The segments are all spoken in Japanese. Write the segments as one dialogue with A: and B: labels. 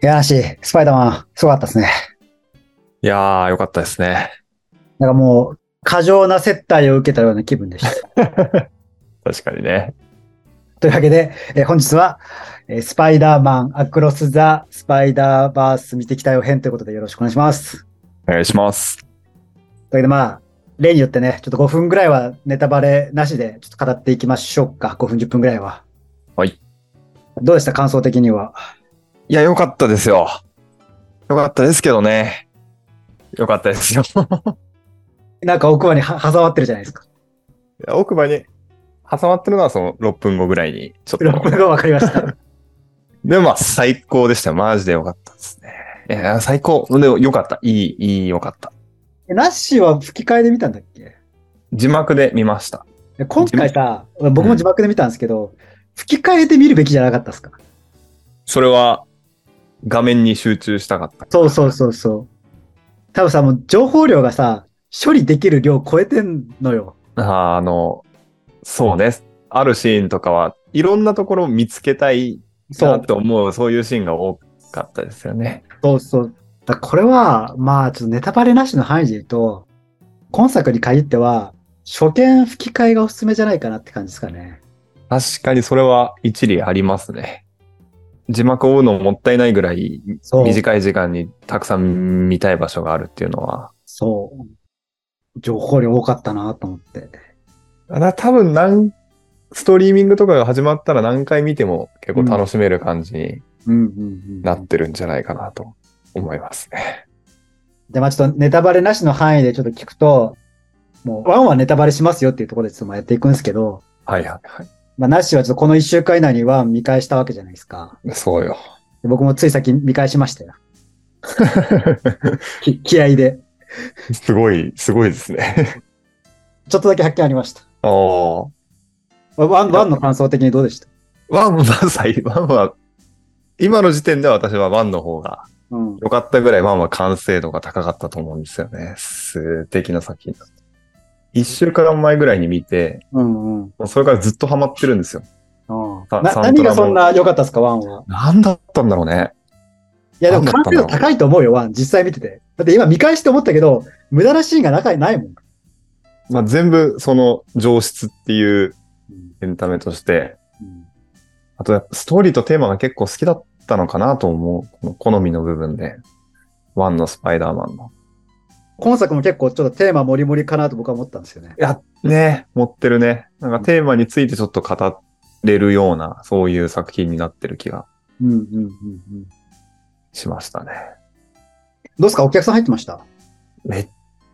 A: やらしい。スパイダーマン、すごかったですね。
B: いやー、よかったですね。
A: なんかもう、過剰な接待を受けたような気分でした。
B: 確かにね。
A: というわけで、えー本日は、えースパイダーマン、アクロス・ザ・スパイダーバース見てきたよ編ということでよろしくお願いします。
B: お願いします。
A: というわけでまあ、例によってね、ちょっと5分ぐらいはネタバレなしでちょっと語っていきましょうか。5分、10分ぐらいは。
B: はい。
A: どうでした感想的には。
B: いや、よかったですよ。よかったですけどね。よかった ですよ。
A: なんか奥歯には挟まってるじゃないですか。
B: 奥歯に挟まってるのはその6分後ぐらいに、ちょっ
A: 6分
B: と。
A: 後わかりました。
B: でもまあ、最高でしたよ。マジでよかったですね。いや、最高。でも、よかった。いい、いい、よかった。
A: えナッシーは吹き替えで見たんだっけ
B: 字幕で見ました。
A: で今回さ、僕も字幕で見たんですけど、吹き替えで見るべきじゃなかったですか
B: それは、画面に集中したかった。
A: そうそうそうそう。多分さ、もう情報量がさ、処理できる量超えてんのよ。
B: あーあの、そうね。あるシーンとかは、いろんなところを見つけたい
A: そ
B: な
A: う
B: と思う、そういうシーンが多かったですよね。
A: そうそう。だからこれは、まあ、ちょっとネタバレなしの範囲で言うと、今作に限っては、初見吹き替えがおすすめじゃないかなって感じですかね。
B: 確かにそれは一理ありますね。字幕を追うのもったいないぐらい
A: そう。
B: 短い時間にたくさん見たい場所があるっていうのは。
A: そう。情報量多かったなと思って。
B: ただ多分何、ストリーミングとかが始まったら何回見ても結構楽しめる感じに
A: うんうんうん。
B: なってるんじゃないかなと思いますね。
A: で、まあちょっとネタバレなしの範囲でちょっと聞くと、もう、ワンはネタバレしますよっていうところでちょっとまあやっていくんですけど、
B: はいはいは
A: まあ、ナッシーはちょっとこの1週間以内にワン見返したわけじゃないですか。
B: い。そうよ。
A: で僕もつい先見返しましたよ。き気合で。
B: すごい、すごいです ね。
A: ちょっとだけ発見ありました。
B: おー。
A: ワワン、ワンの感想的にどうでした
B: ワンは最、ワンは、今の時点では私はワンの方が
A: うん。
B: 良かったぐらいワンは完成度が高かったと思うんですよね。素敵な作品だった。一週間前ぐらいに見て、
A: うんうん。
B: もうそれからずっとハマってるんですよ。
A: う
B: さ
A: ん、な
B: サントラ
A: 何が
B: も
A: そんな良かったですか、ワンは。
B: なんだったんだろうね。
A: いや、でも
B: なんだ
A: 完
B: ったん
A: 成
B: だ
A: 度
B: ろう
A: 高いと思うよ、ワン。実際見てて。だって今見返して思ったけど、無駄なシーンが中にないもん。
B: まあ全部その上質っていうエンタメとして、
A: うん
B: あとやっぱストーリーとテーマが結構好きだったのかなと思う。この好みの部分で。ワンのスパイダーマンの。
A: 今作も結構ちょっとテーマもりもりかなと僕は思ったんですよね。
B: いや、ね、持ってるね。なんかテーマについてちょっと語れるような、そういう作品になってる気が
A: うんうんうんうん。
B: しましたね。
A: どうですかお客さん入ってました
B: めっ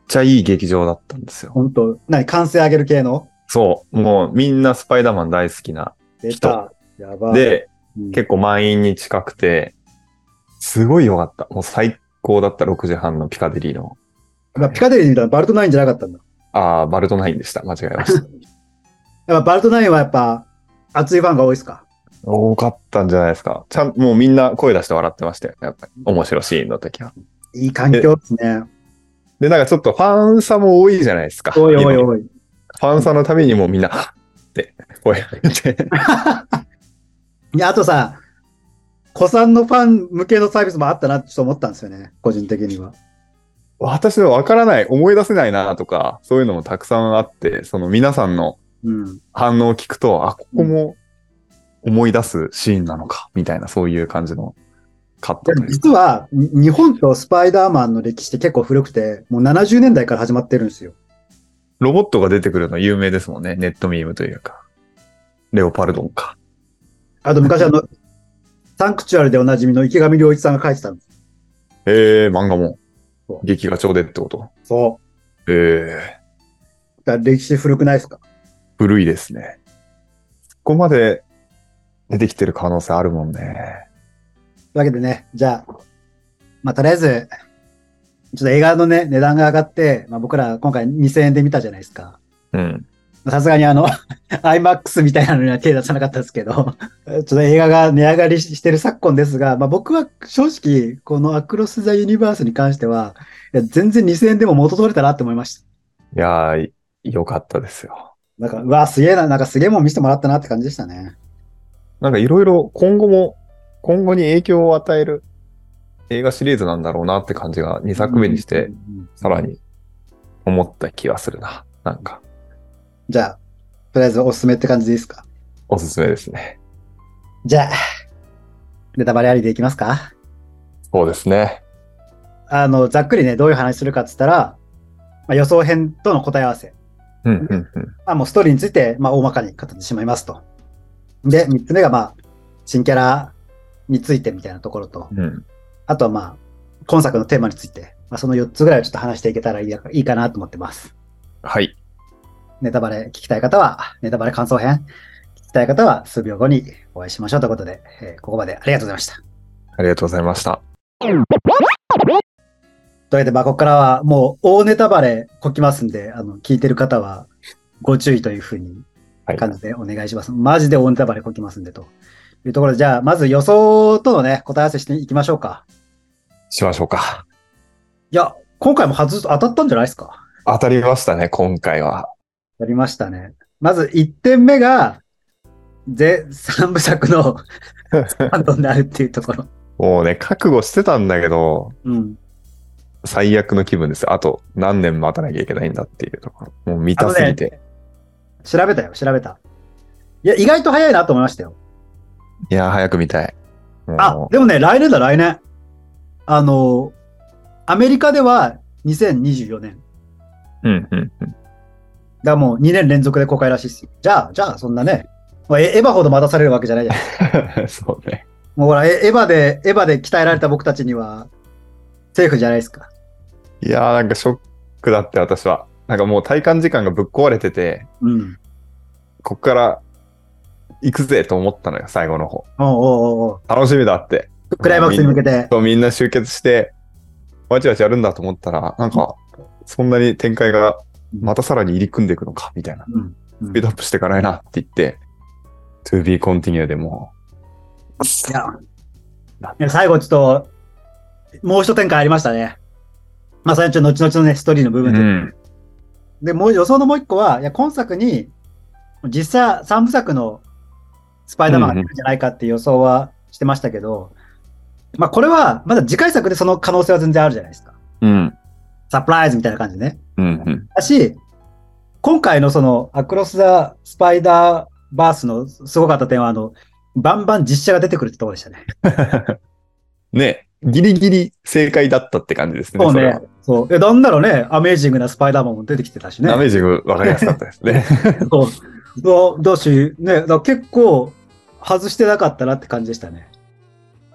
B: ちゃいい劇場だったんですよ。
A: 本当何完成上げる系の
B: そう。もうみんなスパイダーマン大好きな。
A: 出た。やばい。
B: で、
A: うん、
B: 結構満員に近くて、すごい良かった。もう最高だった6時半のピカデリーの。
A: まあピカデリーみたいなバルトナインじゃなかったんだ。
B: ああ、バルトナインでした。間違えま した。
A: やっぱバルトナインはやっぱ熱いファンが多いですか
B: 多かったんじゃないですか。ちゃん、もうみんな声出して笑ってましたよね。やっぱり。面白いシーンの時は。
A: いい環境ですね。
B: で、なんかちょっとファン差も多いじゃないですか。
A: おいおいおい。
B: ファンさんのためにもうみんな、はっって声上げて。
A: いや、あとさ、子さんのファン向けのサービスもあったなってちょっと思ったんですよね、個人的には。
B: 私のわからない、思い出せないなとか、そういうのもたくさんあって、その皆さんの
A: うん。
B: 反応を聞くと、あ、ここも思い出すシーンなのか、みたいな、そういう感じのカットというか
A: 実は、に日本とスパイダーマンの歴史って結構古くて、もう70年代から始まってるんですよ。
B: ロボットが出てくるの有名ですもんね。ネットミームというか。レオパルドンか。
A: あと昔あ の、サンクチュアルでおなじみの池上良一さんが書いてたんです。
B: えー、漫画も
A: そ。う
B: 劇画調でってこと。
A: そ
B: えー、
A: う。だから歴史古くないですか
B: 古いですね。ここまで出てきてる可能性あるもんね。
A: というわけでね、じゃあ、まあ、とりあえず、ちょっと映画のね、値段が上がって、まあ、僕ら今回2000円で見たじゃないですか。
B: うん。
A: さすがにあの、IMAX みたいなのには手出さなかったですけど、 ちょっと映画が値上がりしてる昨今ですが、まあ、僕は正直、このアクロス・ザ・ユニバースに関しては、いや全然2000円でも元取れたなって思いました。
B: いやー、いよかったですよ。
A: なんか、うわ、すげえな、なんかすげえもん見せてもらったなって感じでしたね。
B: なんかいろいろ今後も、今後に影響を与える映画シリーズなんだろうなって感じが2作目にして
A: うんうんうん
B: さらに思った気がするな。なんか、
A: じゃあ、とりあえずおすすめって感じでいいですか
B: おすすめですね。
A: じゃあ、ネタバレありでいきますか
B: そうですね。
A: あの、ざっくりね、どういう話するかっつったら、まあ、予想編との答え合わせ。
B: うんうんうん。
A: まあ、もうストーリーについて、まあ、大まかに語ってしまいますと。で、3つ目が、まあ、新キャラについてみたいなところと、
B: うん、
A: あとはまあ、今作のテーマについて、まあ、その4つぐらいをちょっと話していけたらいいやいいかなと思ってます。
B: はい。
A: ネタバレ聞きたい方は、ネタバレ感想編、聞きたい方は数秒後にお会いしましょうということで、えーここまでありがとうございました。
B: ありがとうございました。
A: というわけで、まあ、ここからはもう大ネタバレこきますんで、あの、聞いてる方はご注意というふうに
B: はい。
A: 感じでお願いします。マジで大ネタバレこきますんでと。いうところで、じゃあ、まず予想とのね、答え合わせしていきましょうか。
B: しましょうか。
A: いや、今回も外す当たったんじゃないですか
B: 当たりましたね、今回は。
A: やりましたね。まず1点目が、ぜ、三部作のバンドになるっていうところ。
B: もうね、覚悟してたんだけど、
A: うん。
B: 最悪の気分ですよ。あと何年待たなきゃいけないんだっていうところ。もう見たすぎて。
A: 調べたよ、調べた。いや、意外と早いなと思いましたよ。
B: いや、早く見たい。もう
A: あ、でもね、来年だ、来年。あの、アメリカでは2024年。
B: うんうんうん。
A: だからもう2年連続で公開らしいっすよ。じゃあ、じゃあ、そんなね、まあエエヴァほど待たされるわけじゃないじゃん。
B: そうね。
A: もうほら、エエヴァで、エヴァで鍛えられた僕たちには、セーフじゃないですか。
B: いやー、なんかショックだって、私は。なんかもう体感時間がぶっ壊れてて、
A: うん。
B: こっから行くぜと思ったのよ、最後の方。
A: おうおうおうおう
B: 楽しみだって。
A: クライマックスに向けて。
B: そうみんな集結して、わちわちやるんだと思ったら、なんか、そんなに展開がまたさらに入り組んでいくのか、みたいな。
A: うん。うん
B: スピードアップしていかないなって言って、to be continue でもう、
A: いや、いや最後ちょっと、もう一展開ありましたね。まあ、それはちょっと後々のね、ストーリーの部
B: う
A: 分で。
B: ん、
A: で、もう予想のもう一個は、いや、今作に、実際三部作のスパイダーマンが出るんじゃないかっていう予想はしてましたけど、まあ、これは、まだ次回作でその可能性は全然あるじゃないですか。
B: うん、
A: サプライズみたいな感じでね。
B: うん、うん。
A: だし、今回のその、アクロス・ザ・スパイダーバースのすごかった点は、あの、バンバン実写が出てくるってところでしたね。
B: ね、ギリギリ正解だったって感じですね。
A: そう
B: れ
A: ね
B: は。
A: そう。え、なんだろうね。アメージングなスパイダーマンも出てきてたしね。
B: ダメージ分かりやすかったですね。
A: そう。そうだし、ね、だから結構、外してなかったなって感じでしたね。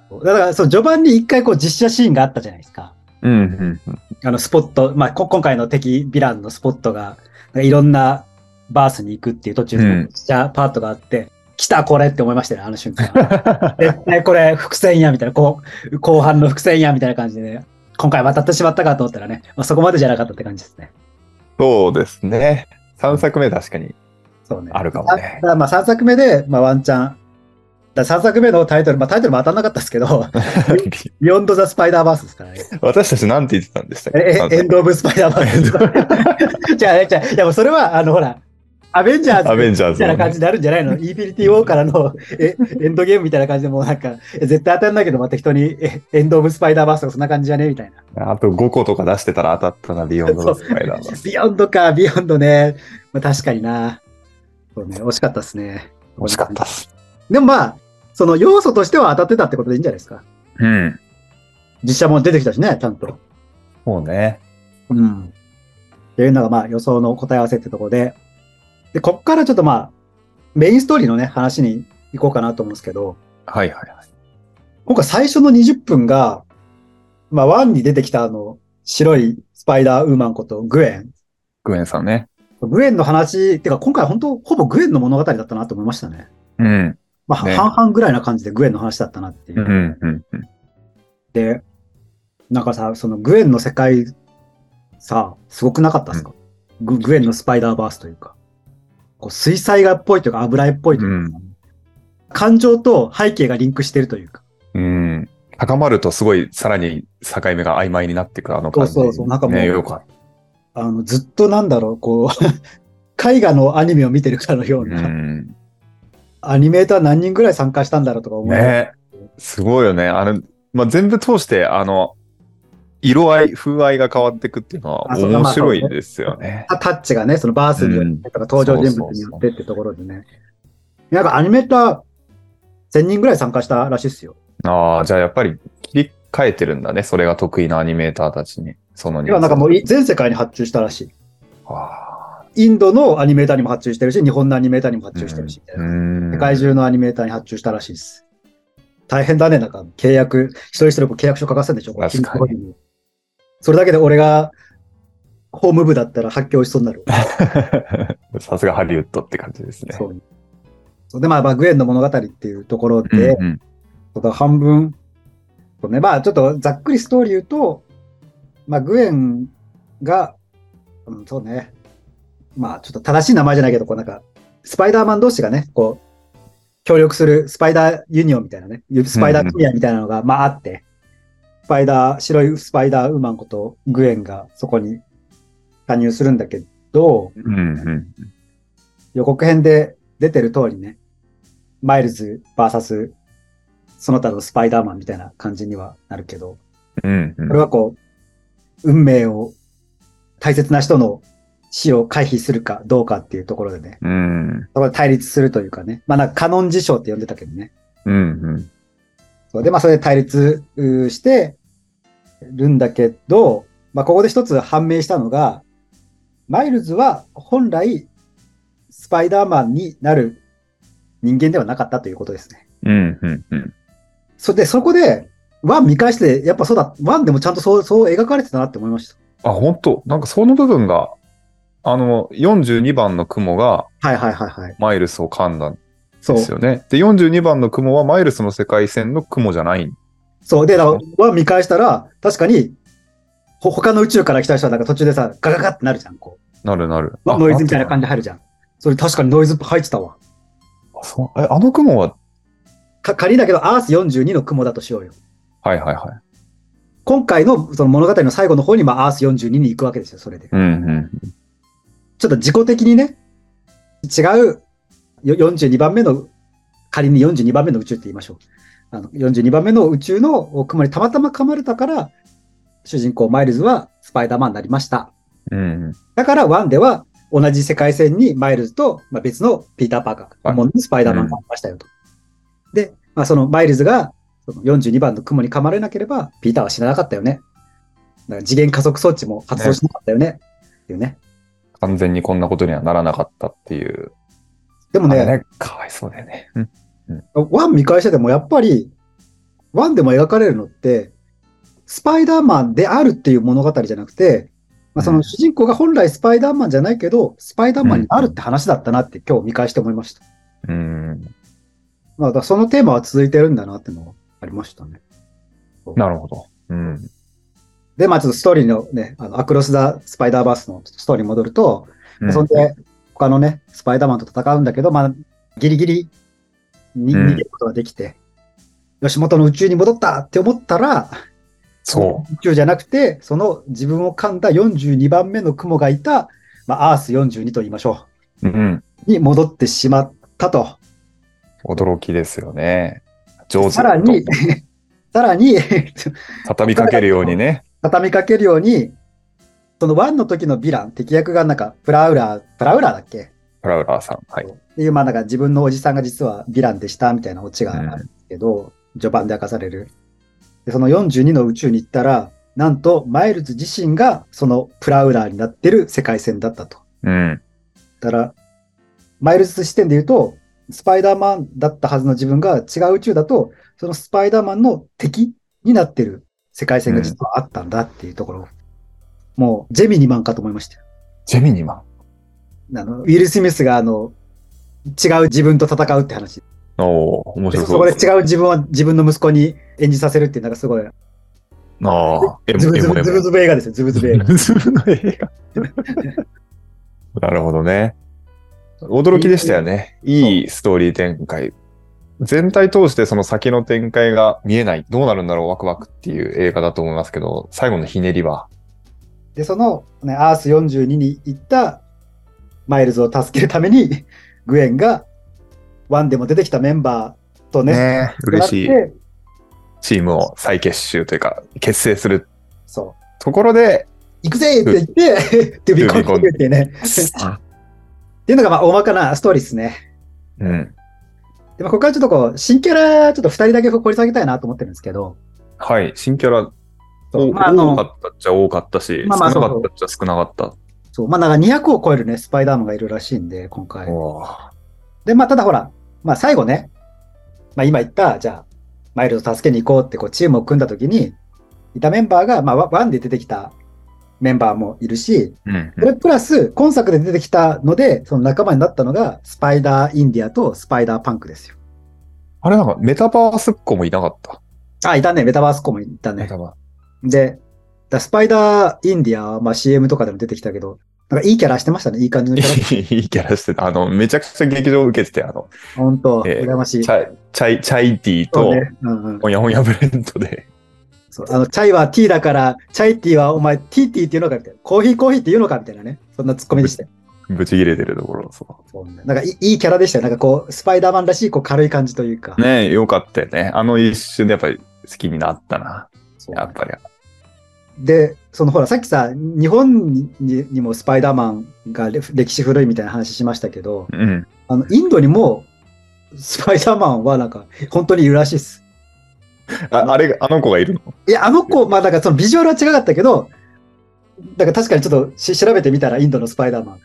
A: そうだから、そう、序盤に一回こう実写シーンがあったじゃないですか。
B: うん、うん、うん。
A: あの、スポット、まあ、こ今回の敵、ヴィランのスポットが、なんかいろんなバースに行くっていう途中
B: うん
A: の実写パートがあって、来たこれって思いましたね、あの瞬間。絶対これ伏線や、みたいな、こう、後半の伏線や、みたいな感じでね、今回渡ってしまったかと思ったらね、まあ、そこまでじゃなかったって感じですね。
B: そうですね。3作目確か に。
A: そうね。
B: あるかもね
A: だからまあ3作目で、まあ、ワンチャン。だ3作目のタイトル、まあ、タイトルも当たんなかったですけ ど、ビヨンド・ザ・スパイダーバースですからね。
B: 私たちなんて言ってたんでしたっけ
A: え
B: 三
A: えエ
B: 作
A: ンド・オブ・スパイダーバース。 じゃあ、じゃあ、いやもうそれは、あの、ほら、アベンジャー
B: アベ
A: ズ
B: ンジャー
A: み
B: ズ
A: たい
B: の
A: な感
B: ね。
A: じになるんじゃないのインフィニティ・ウォーからの えエンドゲームみたいな感じで、もうなんか、え絶対当たんないけど、また人にえエンド・オブ・スパイダーバースとかそんな感じじゃねみたいな。
B: あと5個とか出してたら当たったな、ビヨンド・ザ・スパイダーマン。
A: ビヨンドか、ビヨンドね。まあ、確かにな。そうね、惜しかったですね。
B: 惜しかったっす。
A: でもまあ、その要素としては当たってたってことでいいんじゃないですか。
B: うん。
A: 実写も出てきたしね、ちゃんと。
B: もうね。
A: うん。っていうのがまあ予想の答え合わせってとこで。で、こっからちょっとまあ、メインストーリーのね、話に行こうかなと思うんですけど、
B: はいはいはい。
A: 今回最初の20分が、まあ、1に出てきたあの、白いスパイダーウーマンことグエン。
B: グエンさんね。
A: グエンの話、てか今回本当ほぼグエンの物語だったなと思いましたね。
B: うん。
A: まあ、
B: ね
A: 半々ぐらいな感じでグエンの話だったなっていう。
B: うん。うん。うん
A: で、なんかさ、そのグエンの世界さ、すごくなかったですか、ググエンのスパイダーバースというか。こう水彩画っぽいというか油絵っぽいというか、感情と背景がリンクしてるというか。
B: うん。高まるとすごいさらに境目が曖昧になってくるあの感じ。
A: そうそうそうなんかもう
B: ね、よかっ
A: あの、ずっとなんだろう、こう、 絵画のアニメを見てるかのよう
B: た。う
A: な、
B: ん。
A: アニメーター何人ぐらい参加したんだろうとか思う、
B: ねすごいよね。あの、まあ、全部通して、あの、色合い、風合いが変わっていくっていうのは
A: あそうだ
B: 面白い
A: まあ
B: ですよね。
A: タタッチがね、そのバースによってとか、登場人物によってってところでね。なんかアニメーター1000人ぐらい参加したらしいっすよ。
B: ああ、じゃあやっぱり切り替えてるんだね。それが得意なアニメーターたちに。その2
A: 今なんかもうい全世界に発注したらし
B: あ
A: い。インドのアニメーターにも発注してるし、日本のアニメーターにも
B: ー
A: 発注してるし、
B: うん
A: 世界中のアニメーターに発注したらしいです。大変だね、なんか契約、一人一人こう契約書書かせるんでしょ、これ
B: 確かに
A: 金庫にそれだけで俺が法務部だったら発狂しそうになる。
B: さすがハリウッドって感じですね。
A: そうそうで、まあ、バグエンの物語っていうところ
B: うん
A: で、
B: うん
A: その半分、そうね、まあちょっとざっくりストーリー言うと、まあグエンが、うん、そうね、まあちょっと正しい名前じゃないけど、こうなんか、スパイダーマン同士がね、こう、協力するスパイダーユニオンみたいなね、スパイダー組合みたいなのが、まああって、スパイダー、白いスパイダーウーマンことグエンがそこに加入するんだけど、
B: うんうん
A: 予告編で出てる通りね、マイルズ VS その他のスパイダーマンみたいな感じにはなるけど、
B: うんうん
A: これはこう、運命を、大切な人の死を回避するかどうかっていうところでね、
B: うん
A: そこで対立するというかね、まあなんかカノン事象って呼んでたけどね、
B: うんうん
A: そうで、まあそれで対立うーしてるんだけど、まあここで一つ判明したのが、マイルズは本来スパイダーマンになる人間ではなかったということですね。
B: うんうんうん
A: それで、そこで、ワン見返して、やっぱそうだ、ワンでもちゃんとそう、そう描かれてたなって思いまし
B: あ、本当なんかその部分が、あの、42番の雲が
A: た。はいはいはいはい。
B: マイルスを噛んだん
A: そう
B: で。すよね。で、42番の雲はマイルスの世界線の雲じゃない。
A: そう。で、だからワン見返したら、確かに、ほ他の宇宙から来た人はなんか途中でさ、ガガガってなるじゃん、こ
B: なるなる。
A: う。
B: あ
A: ノイズみたいな感じで入るじゃん。それ確かにノイズ入ってたわ。
B: あそうえあの雲は、
A: か仮だけど、アース42の雲だとしようよ。
B: はいはいはい。
A: 今回のその物語の最後の方に、まあ、アース42に行くわけですよ、それで。
B: うんうん。
A: ちょっと自己的にね、違うよ42番目の、仮に42番目の宇宙って言いましょう。あの42番目の宇宙の雲にたまたま噛まれたから、主人公マイルズはスパイダーマンになりました。
B: うんうん、
A: だからワンでは同じ世界線にマイルズと、まあ、別のピーター・パーカー、
B: はい
A: 本物のスパイダーマンがいましたよと。で、まあ、そのマイルズがその42番の雲に噛まれなければ、ピーターは死ななかったよね。だから次元加速装置も発動しなかったよね。っていうね。
B: 完全にこんなことにはならなかったっていう。
A: でも
B: あれ
A: ね、
B: ね、かわいそうだよね。うん
A: ワン見返しててもやっぱり、ワンでも描かれるのって、スパイダーマンであるっていう物語じゃなくて、まあ、その主人公が本来スパイダーマンじゃないけど、スパイダーマンになるって話だったなって今日見返して思いました。
B: うん、
A: まあ、だからそのテーマは続いてるんだなってのはありましたね。
B: なるほど。うん。
A: で、まあちょっとストーリーのね、あの、アクロス・ザ・スパイダーバースのストーリーに戻ると、
B: うん
A: そんで、他のね、スパイダーマンと戦うんだけど、まあ、ギリギリに
B: うん
A: 逃げることができて、吉本の宇宙に戻ったって思ったら、
B: そう。
A: 宇宙じゃなくて、その自分を噛んだ42番目の雲がいた、まあ、アース42と言いましょ
B: うん、
A: う、に戻ってしまったと。
B: 驚きですよね。上手
A: さらに、さらに、
B: 畳みかけるようにね。
A: 畳みかけるように、その1の時のヴィラン、敵役がなんか、プラウラー、プラウラーだっけ
B: フラウラーさん。はい。
A: っていう、まあなんか自分のおじさんが実はヴィランでしたみたいなオチがあるんですけど、序盤で明かされる。で、その42の宇宙に行ったら、なんとマイルズ自身がそのプラウラーになってる世界線だったと。
B: うん。
A: だから、マイルズ視点で言うと、スパイダーマンだったはずの自分が違う宇宙だと、そのスパイダーマンの敵になってる世界線が実はあったんだっていうところ。もう、ジェミニマンかと思いましたよ。
B: ジェミニマン。
A: あの、ウィル・スミスがあの、違う自分と戦うって話。
B: おお面
A: で
B: 白
A: そ
B: そ
A: こ
B: う
A: で
B: です。
A: 違う自分は自分の息子に演じさせるっていう、なんかすごい、
B: ああ、エモ
A: ズブズ
B: エモ
A: ブ、
B: エモ
A: ズブズブ映画ですよ、ズ ブズブ映画。
B: ズブの映画。なるほどね。驚きでしたよね。いいストーリー展開。全体通してその先の展開が見えない。どうなるんだろう、ワクワクっていう映画だと思いますけど、最後のひねりは。
A: で、その、ね、アース42に行ったマイルズを助けるために、 グエンが、ワンでも出てきたメンバーとね、
B: ね嬉しい
A: 戦って
B: チームを再結集というか、結成する
A: そ
B: とこ ろで、
A: う。行くぜって言って、 飛び込んでっていうね。っていうのが、まあ、大まかなストーリーですね。
B: うん。
A: で、まあ、ここからちょっとこう、新キャラ、ちょっと2人だけ掘り下げたいなと思ってるんですけど、
B: はい。新キャラ、
A: そう
B: お
A: まああの
B: 多かったっちゃ多かったし、
A: まあまあ
B: 少なか
A: そう
B: ったっちゃ少なかった。
A: そう、まあ、なんか200を超えるね、スパイダーマンがいるらしいんで、今回。
B: おー
A: で、まあ、ただほら、まあ、最後ね、まあ、今言った、じゃあ、マイルド助けに行こうって、こう、チームを組んだときに、いたメンバーが、まあ、ワワンで出てきたメンバーもいるし、
B: うん
A: それプラス、今作で出てきたので、その仲間になったのが、スパイダーインディアとスパイダーパンクですよ。
B: あれなんか、メタバースっ子もいなかった。
A: あ、いたね、メタバースコもいた
B: メ
A: ね。
B: タバ
A: で、だスパイダーインディアは、まあ、CM とかでも出てきたけど、なんかいいキャラしてましたね、いい感じのキャ
B: ー ス。 いいキャラしてた。あの、めちゃくちゃ劇場受けてて、あの、
A: ラ。本当、
B: ええ
A: 羨ましい。
B: チャイ、チャイ、チャイティー
A: そう
B: と、
A: ねうんうん
B: ほやほやブレンドで。
A: そうあのチャイはティーだから、チャイティーはお前ティーティーっていうのかみたいな、コーヒーコーヒーっていうのかみたいなね、そんなツッコミでして。
B: ブチ切れてるところ、そ
A: そうねなんかいいいいキャラでしたよ。なんかこう、スパイダーマンらしいこう軽い感じというか。
B: う。ねえ、よかったよね。あの一瞬でやっぱり好きになったな。
A: そう
B: やっぱり。
A: で、そのほら、さっきさ、日本にににもスパイダーマンがれ歴史古いみたいな話しましたけど、
B: うん。
A: あのインドにもスパイダーマンはなんか本当にいるらしいです。
B: ああれが、あの子がいるの
A: いや、あの子、まあなんかそのビジュアルは違かったけど、だから確かにちょっとし調べてみたらインドのスパイダーマン。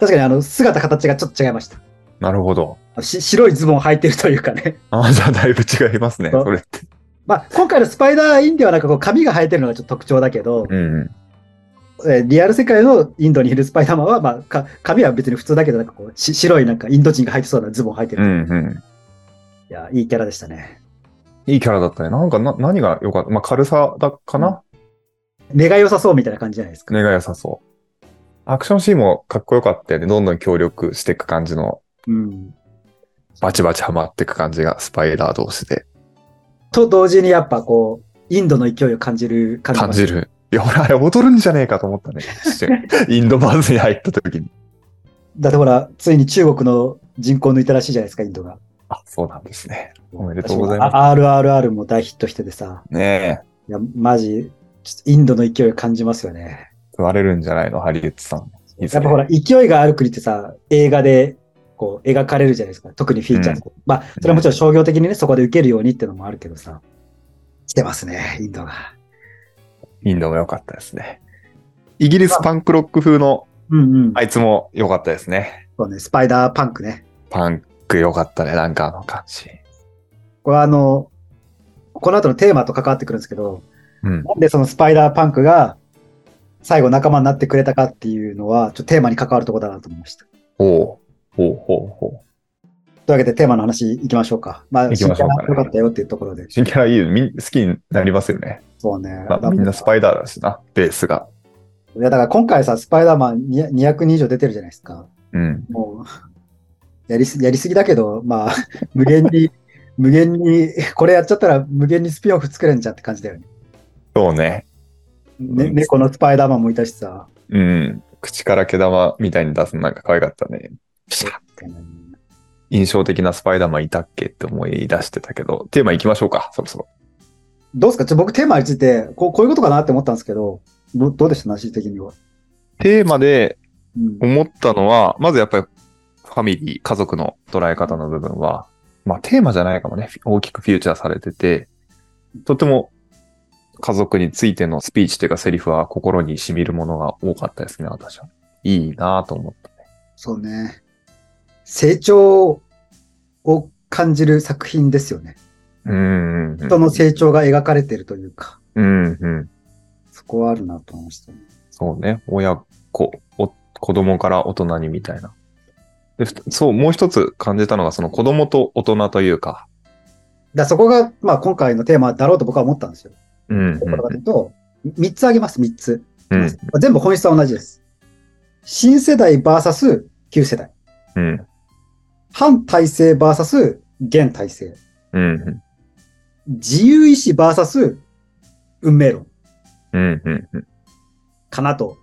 A: 確かにあの姿形がちょっと違いました。
B: なるほど。
A: し 白いズボンを履いてるというかね。
B: あじゃあだいぶ違いますね、
A: そう
B: それって。
A: まあ、今回のスパイダーインではなんかこう髪が生えてるのがちょっと特徴だけど、
B: うん。
A: えーリアル世界のインドにいるスパイダーマンは、まあ、か髪は別に普通だけど、なんかこうし白いなんかインド人が履いてそうなズボンを履いて
B: う
A: る。い
B: んうん。
A: や、いいキャラでしたね。
B: いいキャラだったね。なんかな、何が良かったまあ、軽さだかな、
A: 目が良さそうみたいな感じじゃないですか。
B: 根が良さそう。アクションシーンもかっこよかったよね。どんどん協力していく感じの、
A: うん。
B: バチバチハマっていく感じが、スパイダー同士で
A: と同時にやっぱこう、インドの勢いを感じる感じ
B: 感じ。る。いや、俺、あれ踊るんじゃねえかと思ったね。一 瞬インドバースに入った時に。
A: だってほら、ついに中国の人口抜いたらしいじゃないですか、インドが。
B: あ、そうなんですね。おめでとうございます
A: 私もあ RRR も大ヒットしててさ、
B: ね
A: い
B: え。
A: や、マジ、ちょっとインドの勢いを感じますよね。
B: 食われるんじゃないのハリウッドさん。いつ
A: やっ
B: か
A: ぱほら、勢いがある国ってさ、映画でこう描かれるじゃないですか、特にフィーチャー、まあ、それはもちろん商業的にね、そこで受けるようにってのもあるけどさ、来てますね、インドが。
B: インドも良かったですね。イギリスパンクロック風の、
A: うんうん。
B: あいつも良かったですね。
A: そうね、スパイダーパンクね。
B: パンク良かったね。なんかあの感じ。
A: これはあの、この後のテーマと関わってくるんですけど、
B: うん。
A: なんでそのスパイダーパンクが最後仲間になってくれたかっていうのは、ちょっとテーマに関わるとこだなと思いました。
B: ほう。ほうほうほ
A: というわけでテーマの話いきましょうか。まあ、
B: 行きましょうかね
A: 新キャラよかったよっていうところで
B: う。。新キャラいいよ。みん好きになりますよね。
A: そうね。
B: まあみんなスパイダーだしな。ベースが。
A: いや、だから今回さ、スパイダーマン200 200人以上出てるじゃないですか。
B: うん。
A: もう、やりすやりすぎだけど、まあ、 無限 に、無限に、これやっちゃったら無限にスピンオフ作れんじゃんって感じだよね。
B: そうね。
A: ね
B: うん
A: 猫のスパイダーマンもいたしさ。
B: うん。口から毛玉みたいに出すのなんか可愛かったね。ピシャッ印象的なスパイダーマンいたっけって思い出してたけど、テーマ行きましょうか、そろそろ。
A: どうですかちょ僕テーマについてこう、こういうことかなって思ったんですけど、どどうでした話的には。
B: テーマで
A: うん
B: 思ったのは、まずやっぱりファミリー、家族の捉え方の部分は、まあテーマじゃないかもね、大きくフィーチャーされてて、とても家族についてのスピーチというかセリフは心に染みるものが多かったですね、私は。いいなぁと思った。
A: そうね。成長を感じる作品ですよね。
B: うんうんうん。
A: 人の成長が描かれてるというか、
B: うんうん。
A: そこはあるなと思いましたね。
B: そうね。親子、お子供から大人にみたいな。で、ふたそう、もう一つ感じたのが、その子供と大人というか。
A: だからそこが、まあ、今回のテーマだろうと僕は思ったんですよ。
B: うんうん
A: ところが言うと、3つあげます、3つ。
B: うん。
A: 全部本質は同じです。新世代 VS 旧世代。
B: うん。
A: 反体制 VS 現体制。
B: うん。
A: 自由意志 VS 運命論
B: うん。うん。
A: かなと。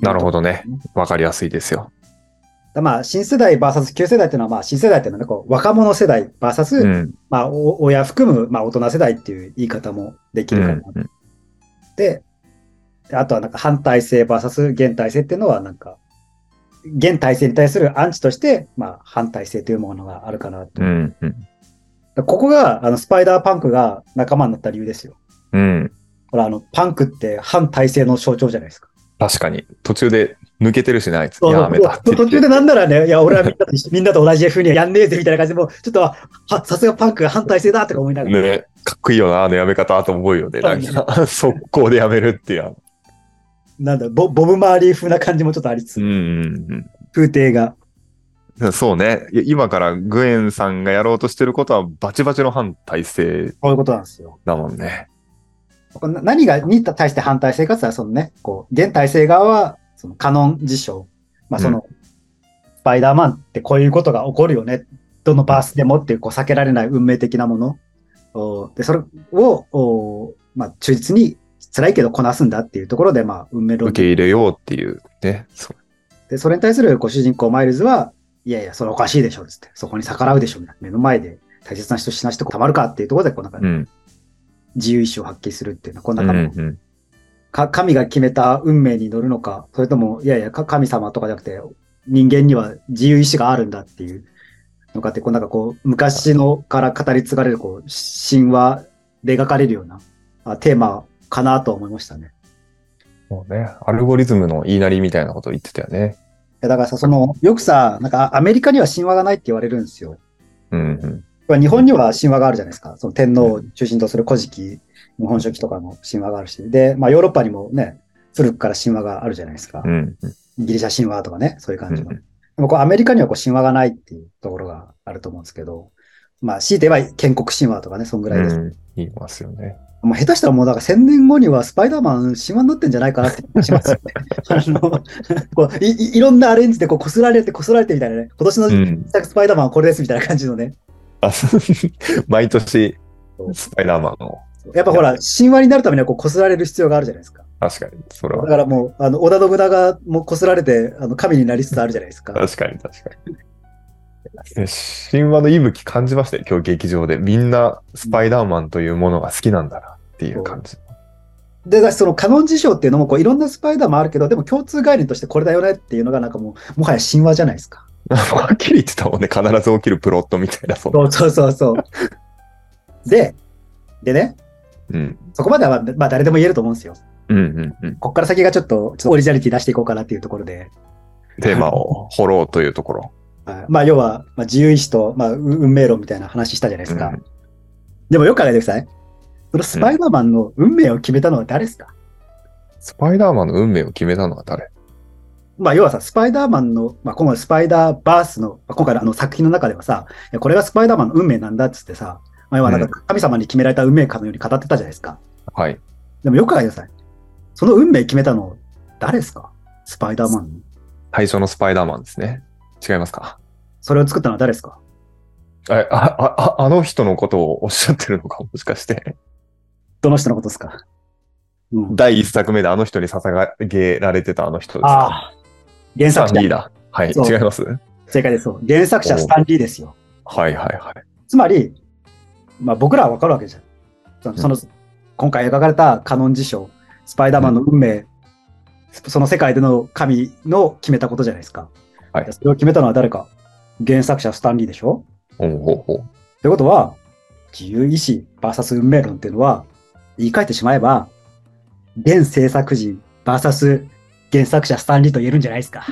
B: なるほどね。わかりやすいですよ。
A: だまあ、新世代 VS 旧世代っていうのは、まあ、新世代っていうのはね、こう、若者世代 VS、
B: うん。
A: まあ、お親含む、まあ、大人世代っていう言い方もでき
B: う
A: るかな。
B: ん。
A: で、であとはなんか反体制 VS 現体制っていうのは、なんか、現体制に対するアンチとして、まあ、反体制というものがあるかなと。
B: う
A: だか
B: ん。
A: らここが、あの、スパイダーパンクが仲間になった理由ですよ。
B: うん。
A: ほら、あの、パンクって反体制の象徴じゃないですか。
B: 確かに。途中で抜けてるしな、あいつ。
A: そう
B: やめたって言って。
A: 途中でなんならね、いや、俺はみんなと 一緒みんなと同じ風にはやんねえぜみたいな感じで、もうちょっとは、はさすがパンクが反体制だとか思いながら。
B: ね、かっこいいよな、あのやめ方と思うよね。なんか、 速攻でやめるっていう。
A: なんだボ、ボブ・マーリー風な感じもちょっとありつつ、
B: うんうん
A: 風景が。
B: うん。そうね。いや今からグエンさんがやろうとしてることはバチバチの反体制
A: こういうことなんですよ。
B: だもんね。
A: これな何が、に対して反対性かって言ったらそのね、こう、現体制側は、そのカノン事象。まあ、その、スパイダーマンってこういうことが起こるよね。どのバースでもっていう、こう、避けられない運命的なもの。おで、それを、おまあ、忠実に、辛いけどこなすんだっていうところで、まあ、運命論
B: 受け入れようっていうね。そう
A: で、それに対するご主人公マイルズは、いやいや、それおかしいでしょ、つって。そこに逆らうでしょ、みたいな。目の前で大切な人死なしてたまるかっていうところで、こうなんか
B: うん。
A: 自由意志を発揮するっていうのは、こん
B: う
A: なん感
B: う
A: じ、
B: ん。
A: か神が決めた運命に乗るのか、それとも、いやいや、か神様とかじゃなくて、人間には自由意志があるんだっていうのかって、こうなんかこう、昔のから語り継がれる、こう、神話で描かれるようなあテーマかなと思いましたね。
B: そうね。アルゴリズムの言いなりみたいなこと言ってたよね。
A: いやだからさ、その、よくさ、なんかアメリカには神話がないって言われるんですよ。
B: うんうん。
A: まあ日本には神話があるじゃないですか。その天皇を中心とする古事記、日本書紀とかの神話があるし。で、まあヨーロッパにもね、古くから神話があるじゃないですか
B: う。んうん。
A: ギリシャ神話とかね、そういう
B: う
A: 感
B: ん
A: じの。でもこうアメリカにはこう神話がないっていうところがあると思うんですけど、まあ強いて言えば建国神話とかね、そんぐらいです。
B: うん言いますよね。
A: もう下手したらもうだから1000年後にはスパイダーマン神話になってんじゃないかなって気がしますよね。 あの、こういいいろんなアレンジでこう擦られて擦られてみたいなね、今年の
B: うん。
A: スパイダーマンはこれですみたいな感じのね、
B: あ そう毎年、スパイダーマンを。
A: やっぱほら、神話になるためにはこう擦られる必要があるじゃないですか。
B: 確かに。それ
A: だ
B: は。
A: からもう、あの、織田信長も擦られて、あの、神になりつつあるじゃないですか。
B: 確かに確かに。え神話の息吹感じましたよ、今日劇場で。みんなスパイダーマンというものが好きなんだなっていう感じ。
A: で、だしそのカノン事象っていうのも、こう、いろんなスパイダーもあるけど、でも共通概念としてこれだよねっていうのが、なんかもう、もはや神話じゃないですか。
B: はっきり言ってたもんね、必ず起きるプロットみたいな、その
A: そうそうそうそう。 で、でね、
B: うん。
A: そこまでは、まあまあ、誰でも言えると思うんですよ。
B: うんうんうん。
A: こっから先がちょっと、ちょっとオリジナリティ出していこうかなっていうところで、
B: テーマを掘ろうというところ。
A: はいまあ、要は、まあ、自由意志と、まあ、う運命論みたいな話したじゃないですか。
B: うん
A: でもよく考えてください。そのスパイダーマンの運命を決めたのは誰ですか、
B: スパイダーマンの運命を決めたのは誰
A: まあ、要はさ、スパイダーマンの、まあ、今回のスパイダーバースの、まあ、今回のあの作品の中ではさ、いやこれがスパイダーマンの運命なんだっつってさ、まあ、要はなんか神様に決められた運命かのように語ってたじゃないですか。
B: はい。
A: でもよく考えてください。その運命決めたの誰ですかスパイダーマンの。
B: 最初のスパイダーマンですね。違いますか
A: それを作ったのは誰ですか
B: ああああの人のことをおっしゃってるのか、もしかして。
A: どの人のことですか、うん、
B: 第一作目であの人に捧げられてたあの人ですか。
A: ああ、原
B: スタ
A: 作
B: ンリー
A: 者。
B: だ。はい。
A: そう
B: 違います
A: 正解です。そう原作者スタンリーですよ。
B: はいはいはい。
A: つまり、まあ、僕らは分かるわけじゃん。その、その今回描かれたカノン事象、スパイダーマンの運命、その世界での神の決めたことじゃないですか。
B: はい
A: それを決めたのは誰か。原作者スタンリーでしょ
B: ほうほうほう。
A: ということは、自由意志 VS 運命論っていうのは、言い換えてしまえば、現制作人 VS 原作者スタンリーと言えるんじゃないですか。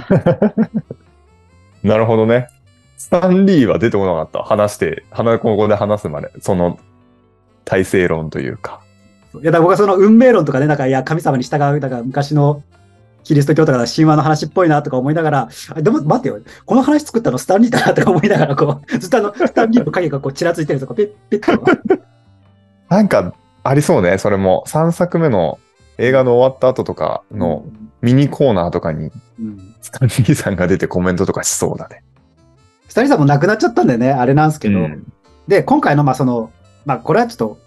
B: なるほどね。スタンリーは出てこなかった。話して、話、ここで話すまで。その、体制論というか。
A: いやだから僕はその運命論とかね、なんかいや神様に従う、なんか昔のキリスト教とかの神話の話っぽいなとか思いながら、あでも待ってよ、この話作ったのスタンリーだなとか思いながら、こう、ずっとあの、スタンリーの影がこうちらついてるんですよ、ピッピッと。
B: なんか、ありそうね。それも、3作目の映画の終わった後とかのミニコーナーとかに、
A: うん、
B: スタンリーさんが出てコメントとかしそうだね。
A: スタンリーさんも亡くなっちゃったんだよね、あれなんですけど。
B: うん
A: で、今回の、まあその、まあこれはちょっと、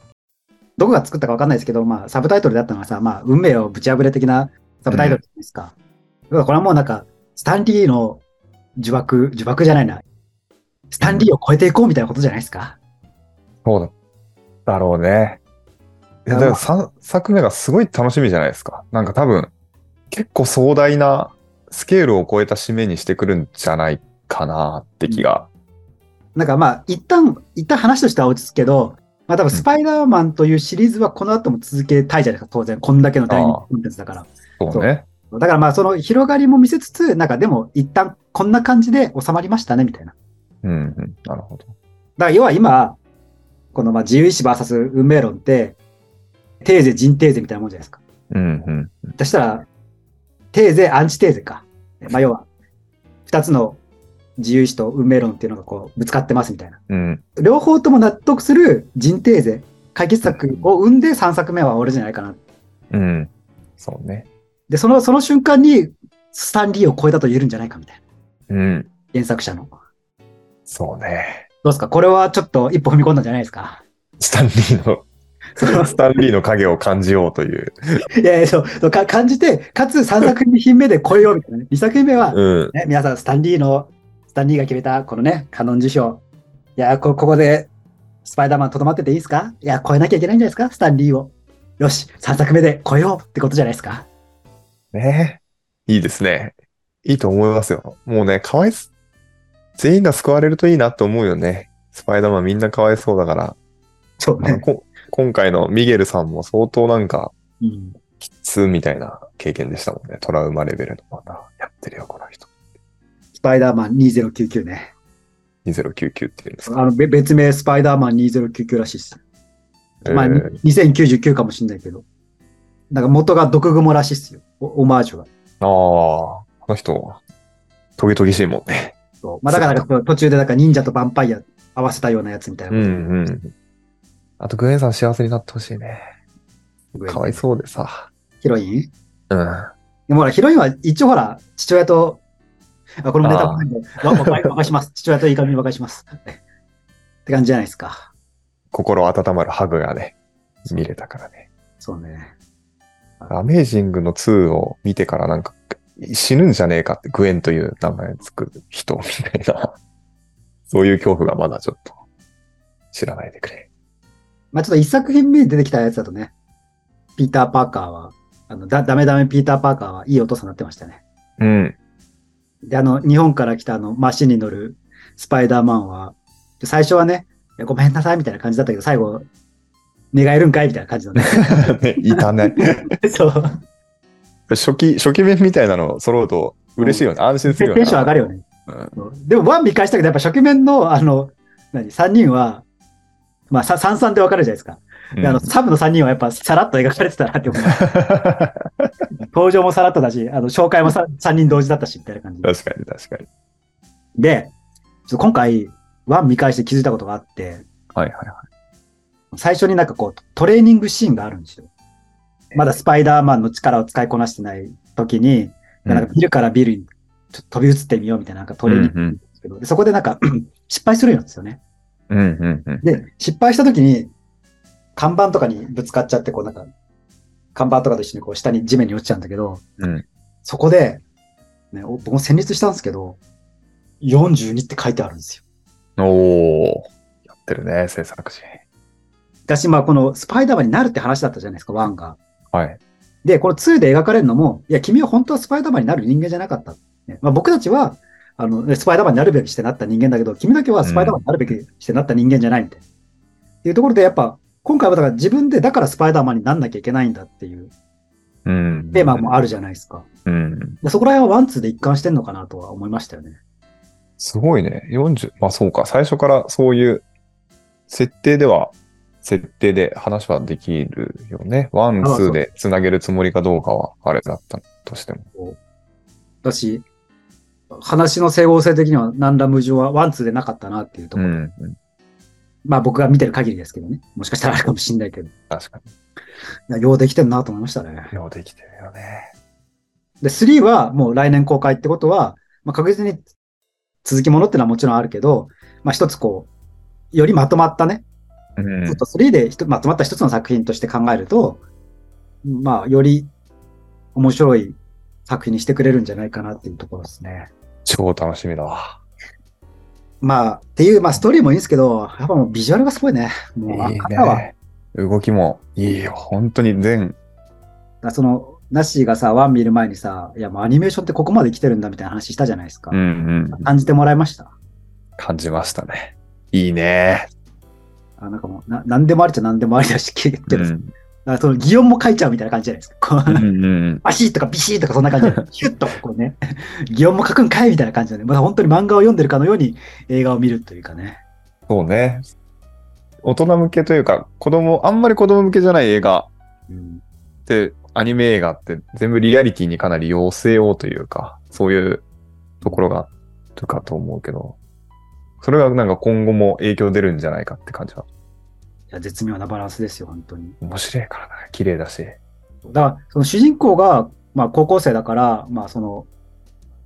A: どこが作ったかわかんないですけど、まあサブタイトルだったのがさ、まあ運命をぶち破れ的なサブタイトルじゃないですか。だからこれはもうなんか、スタンリーの呪縛、呪縛じゃないな。スタンリーを超えていこうみたいなことじゃないですか。
B: そうだ。だろうね。いや、だから3作目がすごい楽しみじゃないですか。なんか多分、結構壮大なスケールを超えた締めにしてくるんじゃないかなって気が。
A: なんかまあ、一旦、一旦話としては落ち着くけど、まあ多分スパイダーマンというシリーズはこの後も続けたいじゃないですか、当然。こんだけの大人気コンテンツだから。
B: そうね。
A: だからまあその広がりも見せつつ、なんかでも一旦こんな感じで収まりましたね、みたいな。だか
B: うん、うん。なるほど。
A: ら要は今、このまあ自由意志 VS 運命論って、テーゼ、人テーゼみたいなもんじゃないですか。
B: うん、うん。
A: そしたら、テーゼ、アンチテーゼか。まあ要は、二つの自由意志と運命論っていうのがこうぶつかってますみたいな。
B: うん。
A: 両方とも納得する人テーゼ、解決策を生んで3作目は終わるじゃないかな。
B: うん。そうね。
A: で、その、その瞬間に、スタンリーを超えたと言えるんじゃないかみたいな。
B: うん。
A: 原作者の。ど
B: そうね。
A: うですかこれはちょっと一歩踏み込んだんじゃないですか
B: スタンリーの、
A: その
B: スタンリーの影を感じようという。
A: いやいや、そう、そうか感じて、かつ3作品目で超えようみたいなね。2作目は、
B: うん。
A: ね、皆さん、スタンリーの、スタンリーが決めた、このね、カノン受賞。いや、こ、ここで、スパイダーマンとどまってていいですかいや、超えなきゃいけないんじゃないですかスタンリーを。よし、3作目で超えようってことじゃないですか
B: ねいいですね。いいと思いますよ。もうね、かわいす、全員が救われるといいなと思うよね。スパイダーマンみんなかわいそうだから。
A: そう
B: あの
A: ね。
B: こ今回のミゲルさんも相当なんか、
A: うん
B: きつみたいな経験でしたもんね。トラウマレベルのまたやってるよ、この人。
A: スパイダーマン2099ね。
B: 2099っていうんですか。
A: あの、べ別名、スパイダーマン2099らしいです。まあ、
B: え
A: に
B: ー
A: 2099かもしれないけど。なんか元が毒蜘蛛らしいっすよ。おオマージュが。
B: ああ、この人、トゲトゲしいもんね。
A: そうまあ、だからなんか途中でなんか忍者とヴァンパイア合わせたようなやつみたいな
B: う
A: こと
B: んうん。あと、グエンさん幸せになってほしいね。かわいそうでさ。
A: ヒロイン
B: うん。
A: でもほら、ヒロインは一応ほら、父親と、あこれもネタバレなんで、わわわかし ます。父親といい感じに和解します。って感じじゃないですか。
B: 心温まるハグがね、見れたからね。
A: そうね。
B: アメージングの2を見てからなんか、死ぬんじゃねえかって、グエンという名前つく人みたいな、 そういう恐怖がまだちょっと知らないでくれ。
A: まあちょっと一作品目に出てきたやつだとね、ピーター・パーカーは、あのだダメダメピーター・パーカーはいいお父さんになってましたね。
B: うん。
A: で、あの、日本から来たあの、マシンに乗るスパイダーマンは、最初はね、いやごめんなさいみたいな感じだったけど、最後、寝返るんかいみたいな感じのね。
B: ね、 いたね。
A: そう。
B: 初期、初期面みたいなの揃うと嬉しいよね。安心す
A: テ
B: るよね。
A: ンション上がるよね。
B: うん。
A: でも、ワン見返したけど、やっぱ初面の、あの、何、3人は、まあ、さ三々で分かるじゃないですか。であの、サブの3人はやっぱさらっと描かれてたな って思う。登場もさらっとだし、あの、紹介もさ3人同時だったし、みたいな感じで。
B: 確かに確かに。
A: で、ちょっと今回、ワン見返して気づいたことがあって、
B: はいはいは
A: 最初になんかこう、トレーニングシーンがあるんですよ。まだスパイダーマンの力を使いこなしてない時に、
B: い。
A: なんかビルからビルにちょっと飛び移ってみようみたいな、なんかト
B: う
A: レー
B: ん
A: ニング
B: うん
A: ですけど、でそこでなんか 失敗するようになるんですよね。
B: うんうんうん。
A: で、失敗した時に、看板とかにぶつかっちゃって、こうなんか、看板とかと一緒にこう下に地面に落ちちゃうんだけど、
B: うん
A: そこで、ね、お僕も戦慄したんですけど、42って書いてあるんですよ。
B: おー、やってるね、制作陣。
A: 私、まあこのスパイダーマンになるって話だったじゃないですか、1が。
B: はい。
A: で、この2で描かれるのも、いや、君は本当はスパイダーマンになる人間じゃなかった。ねまあ、僕たちは、あの、ねスパイダーマンになるべきしてなった人間だけど、君だけはスパイダーマンになるべきしてなった人間じゃないみたいな。っていうところで、やっぱ、今回はだから自分で、だからスパイダーマンになんなきゃいけないんだっていう
B: うん。
A: テーマもあるじゃないですか。
B: うん。
A: でそこら辺はワンツーで一貫してんのかなとは思いましたよね。
B: すごいね。40、まあそうか。最初からそういう設定では、設定で話はできるよね。ワン、
A: あそう
B: ツーでつなげるつもりかどうかは、あれだったとしても。
A: だし、話の整合性的には何ら矛盾はワンツーでなかったなっていうと
B: う
A: ころ。
B: ん。
A: まあ僕が見てる限りですけどね。もしかしたらあるかもしれないけど。い
B: 確かに。
A: やようできてんなと思いましたね。
B: ようできてるよね。
A: で、3はもう来年公開ってことは、まあ、確実に続きものってのはもちろんあるけど、まあ一つこう、よりまとまったね、
B: うん
A: ちょっ。と3でひとまとまった一つの作品として考えると、まあより面白い作品にしてくれるんじゃないかなっていうところですね。
B: 超楽しみだわ。
A: まあ、っていう、まあ、ストーリーもいいんですけど、やっぱもうビジュアルがすごいね。もう、あ
B: いい
A: 赤は、
B: ね。動きもいいよ。本当に全、
A: その、ナッシーがさ、ワン見る前にさ、いや、もうアニメーションってここまで来てるんだみたいな話したじゃないですか。
B: うんうん、
A: 感じてもらいました。
B: 感じましたね。いいね。
A: あなんかもう、な何でもありっちゃ何でもありだし、けど、
B: うん
A: あその擬音も書いちゃうみたいな感じじゃないですか。こ
B: う
A: うん
B: うん
A: バシーとかビシーとかそんな感 じで、ヒュッとこうね、擬音も書くんかいみたいな感じで、まあ、本当に漫画を読んでるかのように映画を見るというかね。
B: そうね。大人向けというか、子供、あんまり子供向けじゃない映画
A: うん、
B: って、アニメ映画って全部リアリティにかなり寄せようというか、そういうところがあるかと思うけど、それがなんか今後も影響出るんじゃないかって感じは。
A: いや絶妙なバランスですよ、本当に。
B: 面白いからな。綺麗だし。
A: だから、その主人公が、まあ、高校生だから、まあ、その、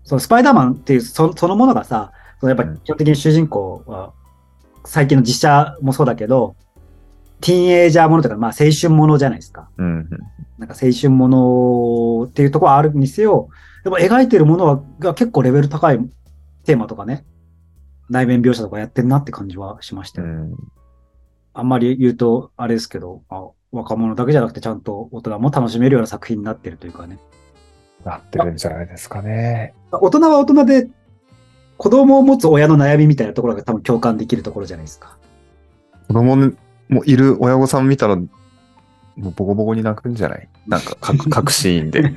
A: そのスパイダーマンっていうそそのものがさ、そのやっぱ
B: うん
A: 基本的に主人公は、最近の実写もそうだけど、ティーンエイジャーものとか、まあ、青春ものじゃないですか。
B: うん
A: なんか青春ものっていうところはあるにせよ、でも描いてるものはが結構レベル高いテーマとかね、内面描写とかやってんなって感じはしました
B: う
A: よ。
B: ん。うん
A: あんまり言うとあれですけど、あ若者だけじゃなくてちゃんと大人も楽しめるような作品になってるというかね。
B: なってるんじゃないですかね。
A: 大人は大人で子供を持つ親の悩みみたいなところが多分共感できるところじゃないです か。
B: 子供もいる親御さん見たら、もうボコボコに泣くんじゃないなんか 各、各シーンで。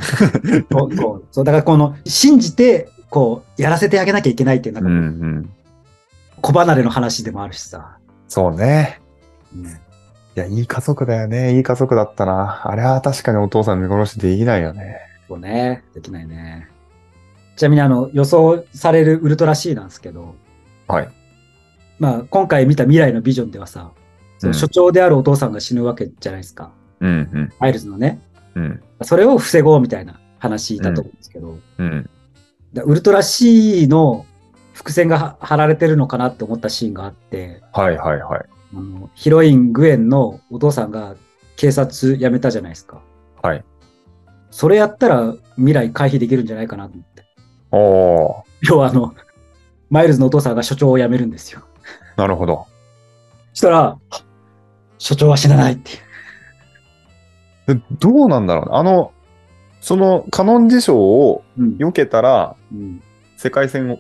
A: そうそうそうだからこの信じてこうやらせてあげなきゃいけないっていうなん
B: う
A: か
B: んうん。
A: 小離れの話でもあるしさ。
B: そうね。
A: うん
B: いや、いい家族だよね。いい家族だったな。あれは確かにお父さん見殺しできないよね。
A: そうね、できないね。ちなみにあの予想されるウルトラ C なんですけど、
B: はい。
A: まあ、今回見た未来のビジョンではさ、その
B: うん
A: 所長であるお父さんが死ぬわけじゃないですか、
B: うん
A: アイルズのね。
B: うん。うん。
A: それを防ごうみたいな話だと思うんですけど、
B: うん。
A: だウルトラ C の伏線がは張られてるのかなって思ったシーンがあって、
B: はいはいはい。
A: あのヒロイングエンのお父さんが警察辞めたじゃないですか。
B: はい。
A: それやったら未来回避できるんじゃないかなと思って。
B: おお
A: 要はあの、マイルズのお父さんが所長を辞めるんですよ。
B: ーなるほど。
A: そしたら、所長は死なないっていう。
B: でどうなんだろうね。あの、そのカノン事象を
A: うん
B: 避けたら、
A: うん
B: 世界線を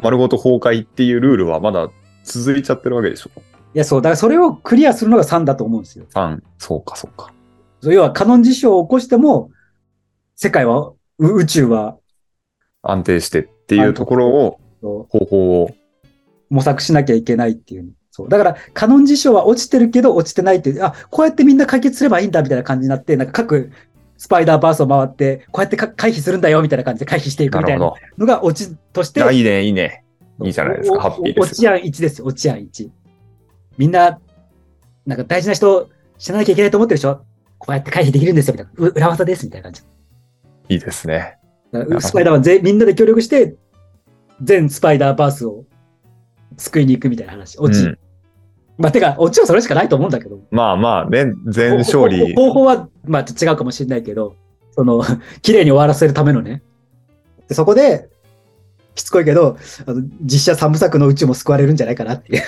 B: 丸ごと崩壊っていうルールはまだ続いちゃってるわけでしょ。
A: いや、そう、だからそれをクリアするのが3だと思うんですよ。
B: 3、そうかそうか。
A: そう要は、カノン事象を起こしても、世界は、う宇宙は、
B: 安定してっていうところを、
A: そう
B: 方法を。
A: 模索しなきゃいけないっていう。そうだから、カノン事象は落ちてるけど、落ちてないっていう、あ、こうやってみんな解決すればいいんだみたいな感じになって、なんか各スパイダーバースを回って、こうやってか回避するんだよみたいな感じで回避していく
B: な
A: みた
B: る
A: い
B: ほ
A: な
B: ど。
A: のが落ちとし
B: い
A: て
B: や、いいね、いいね。いいじゃないですか。ハッピーです
A: 落。合1ですよ、落合1。みんな、なんか大事な人死ななきゃいけないと思ってるでしょこうやって回避できるんですよ、みたいな。う裏技です、みたいな感じ。
B: いいですね。
A: だか
B: ほ
A: ら
B: ど
A: スパイダーマンぜみんなで協力して、全スパイダーバースを救いに行くみたいな話。落ち。
B: うん
A: まあ、てか、落ちはそれしかないと思うんだけど。
B: まあまあね、全勝利。
A: 方法は、まあ、違うかもしれないけど、その、綺麗に終わらせるためのね。でそこで、しつこいけど、あの実写三部作の宇宙も救われるんじゃないかなっていう。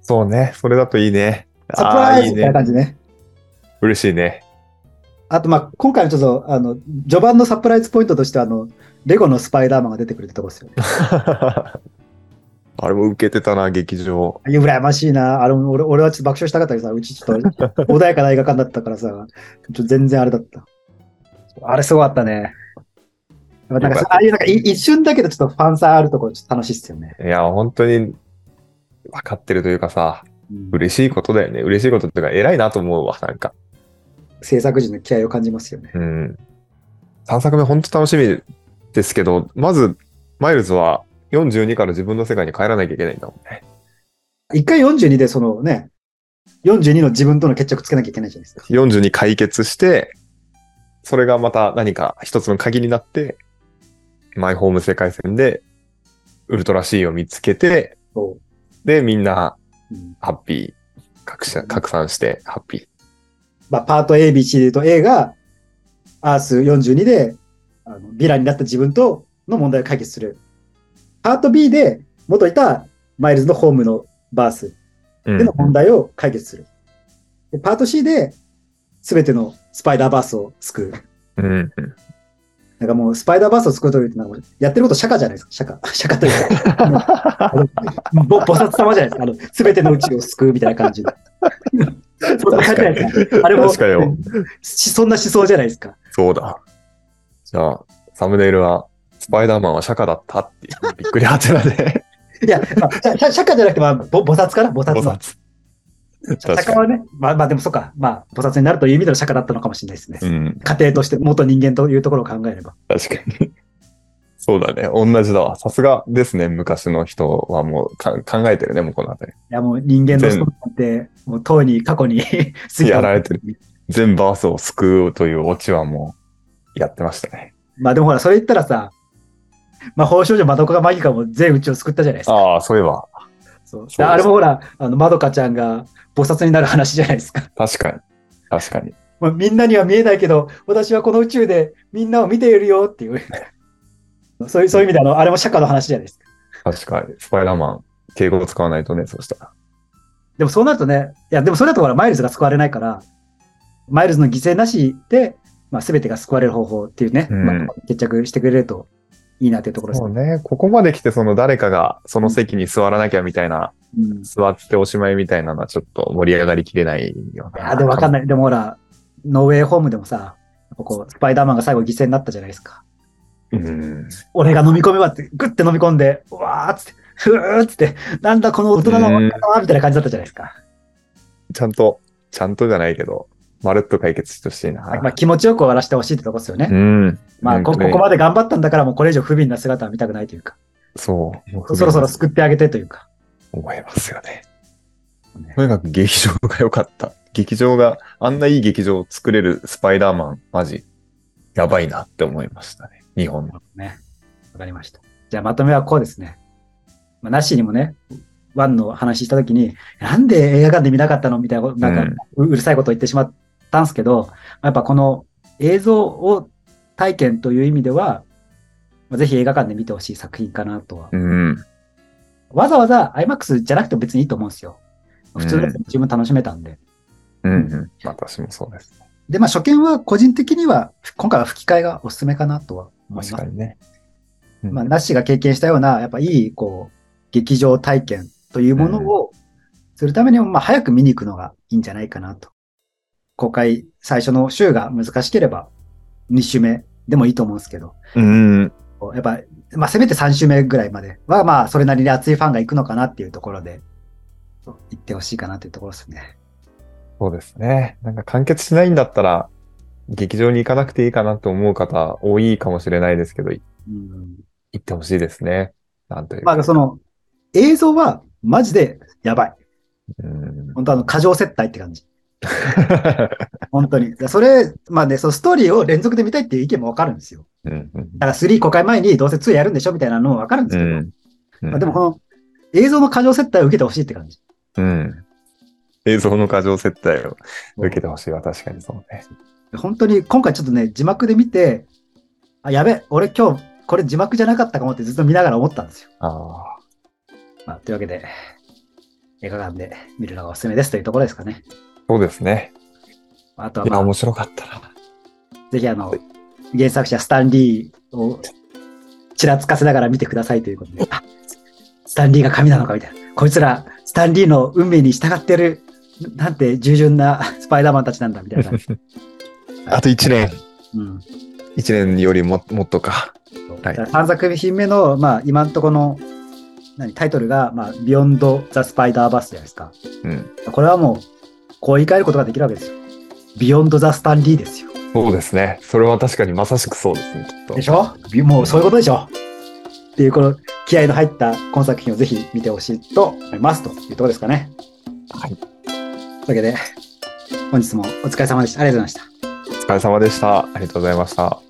B: そうね、それだといいね。
A: サプラ
B: あ
A: イ
B: ー
A: ズ
B: いい
A: みたいな
B: ね。
A: 感じね。
B: 嬉しいね。
A: あと、まあ、今回のちょっと、あの、序盤のサプライズポイントとしては、あの、レゴのスパイダーマンが出てくるってとこ ですよ。
B: あれも受けてたな、劇場。
A: いや、羨ましいな。あれ、俺、俺はちょっと爆笑したかったけどさ、うちち ょっと穏やかな映画館だったからさ、ちょっと全然あれだった。あれすごかったね。やっぱなんか
B: よかっ
A: さ、ああいうなんかい一瞬だけどちょっとファンサあるところちょっと楽しいっすよね。
B: いや、本当に分かってるというかさ、
A: うん
B: 嬉しいことだよね。嬉しいことっていうか、偉いなと思うわ、なんか。
A: 制作陣の気合を感じますよね。
B: うん。3作目、本当楽しみですけど、まず、マイルズは42から自分の世界に帰らなきゃいけないんだもんね。
A: 一回42でそのね、42の自分との決着つけなきゃいけないじゃないですか。
B: 42解決して、それがまた何か一つの鍵になって、マイホーム世界線で、ウルトラ C を見つけて、
A: そ
B: で、みんな
A: ううん
B: ハッピー、拡散拡散してハッピー。
A: まあ、パート A、B、C で言うと A が、アース42で、あのヴィランになった自分との問題を解決する。パート B で元いたマイルズのホームのバース
B: う
A: で
B: ん
A: の問題を解決する。でパート C で全てのスパイダーバースを救う。
B: うん。
A: なんかもうスパイダーバースを作るときってなんかもうやってること釈迦じゃないですか。釈 迦。釈迦というかもうあの。ぼ菩薩様じゃないですか。あの、すべてのうちを救うみたいな 感じで。そんな感じじゃないですか。
B: 確かに。
A: あれも
B: 確かよ。
A: しそんな思想じゃないですか。
B: そうだ。じゃあ、サムネイルは、スパイダーマンは釈迦だったっていう、びっくりハテ ナで、
A: いや、まあ、 釈迦じゃなくて、まあ、ぼ菩薩かな菩
B: 菩
A: 薩の。
B: 薩。確
A: 釈迦
B: か
A: はね、まあまあでもそっか、まあ菩薩になるという意味での釈迦だったのかもしれないですね。
B: に。うん、
A: 家庭として、元人間というところを考えれば。
B: 確かに。そうだね。同じだわ。さすがですね。昔の人はもうか考えてるね、もうこの辺り。
A: いやもう人間の人なんて、もうとうに過去に過ぎ
B: や
A: た。
B: られてる。全バースを救うというオチはもう、やってましたね。
A: まあでもほら、それ言ったらさ、まあ、法少女マドカがマギカも全宇宙を救ったじゃないですか。
B: ああ、そういえば。
A: そう
B: そう
A: あれもほら、あのマドカちゃんが菩薩になる話じゃないですか。
B: 確かに。確かに。
A: まあ、みんなには見えないけど、私はこの宇宙でみんなを見ているよっていう。 そういうそういう意味であの、あれも釈迦の話じゃないですか。
B: 確かに。スパイダーマン、敬語を使わないとね、そうしたら。
A: でもそうなるとね、いや、でもそれだとほら、マイルズが救われないから、マイルズの犠牲なしで、まあ、全てが救われる方法っていうね、
B: うん
A: まあ決着してくれるといいなっていうところです
B: そうね。ここまで来て、その誰かがその席に座らなきゃみたいな、
A: うん
B: 座っておしまいみたいなのはちょっと盛り上がりきれないよ
A: い
B: ね。
A: や、でもわかん
B: ない。
A: ない。でもほら、ノーウェイホームでもさ、やっぱこう、スパイダーマンが最後犠牲になったじゃないですか。
B: うん。
A: 俺が飲み込めばって、グッて飲み込んで、うわーっつって、ふーっつって、なんだこの大人の女はみたいな感じだったじゃないですか。
B: ちゃんと、ちゃんとじゃないけど、まるっと解決してほしいな。
A: まあ、気持ちよく終わらせてほしいってとこですよね。
B: うん。
A: まあこ、
B: 本当
A: こ
B: に
A: こまで頑張ったんだから、もうこれ以上不憫な姿は見たくないというか、
B: そう。もう
A: そろそろ救ってあげてというか。
B: 思いますよね
A: ね。
B: とにかく劇場が良かった。劇場が、あんないい劇場を作れるスパイダーマン、マジ、やばいなって思いましたね。日本の。
A: ね。わかりました。じゃあまとめはこうですね。まあ、なしにもね、ワンの話したときに、なんで映画館で見なかったのみたいなこと、なんか、ううるさいことを言ってしまったんですけど、やっぱこの映像を体験という意味では、まあぜひ映画館で見てほしい作品かなとは。
B: うん。
A: わざわざ IMAX じゃなくても別にいいと思うんですよ。普通のやつで十分楽しめたんで。
B: うん、うん。私もそうです。
A: で、まあ初見は個人的には、今回は吹き替えがおすすめかなとは思い
B: 確
A: ます
B: か。にね。
A: まあ、ナッシーが経験したような、やっぱいい、こう、劇場体験というものをするためにも、まあ、早く見に行くのがいいんじゃないかなと。公開最初の週が難しければ、2週目でもいいと思うんですけど、
B: うん。
A: こうやっぱ、まあ、せめて3週目ぐらいまでは、まあ、それなりに熱いファンが行くのかなっていうところで、行ってほしいかなというところですね。
B: そうですね。なんか完結しないんだったら、劇場に行かなくていいかなと思う方多いかもしれないですけど、い
A: うん。
B: 行ってほしいですね。なんという
A: ま
B: か。
A: あ、その、映像は、マジで、やばい。
B: うん、
A: 本当あの、過剰接待って感じ。本当に。それ、まあね、そのストーリーを連続で見たいっていう意見もわかるんですよ。
B: うんうん
A: だから3公開前にどうせ2やるんでしょみたいなのもわかるんですけど、
B: うん
A: まあ、でもこの映像の過剰接待を受けてほしいって感じ。
B: うん。映像の過剰接待を受けてほしいは確かにそうね。
A: 本当に今回ちょっとね、字幕で見て、あ、やべ、俺今日これ字幕じゃなかったかもってずっと見ながら思ったんですよ。
B: ああ、
A: まあ、というわけで、映画館で見るのがおすすめですというところですかね。
B: そうですね。
A: あとはい
B: や、
A: ま
B: 面
A: あ、
B: 白かったな。
A: ぜひあの、原作者スタンリーをちらつかせながら見てくださいという ことで、あスタンリーが神なのかみたいな。こいつら、スタンリーの運命に従ってる、なんて従順な スパイダーマンたちなんだみたいな 感じ。
B: あと1年。
A: うん。
B: 1年よりももっとか。はい
A: 3作品目の、まあ、今んとこの、何、タイトルが、まあ、ビヨンド・ザ・スパイダーバースじゃないですか。
B: うん。
A: これはもう、こう言い換えることができるわけですよ。ビヨンド・ザ・スタンリーですよ。
B: そうですね。それは確かにまさしくそうですね、きっと。
A: でしょもうそういうことでしょっていうこの気合の入った今作品をぜひ見てほしいと思いますというところですかね。
B: はい。
A: というわけで本日もお疲れ様でした。ありがとうございました。
B: お疲れ様でした。ありがとうございました。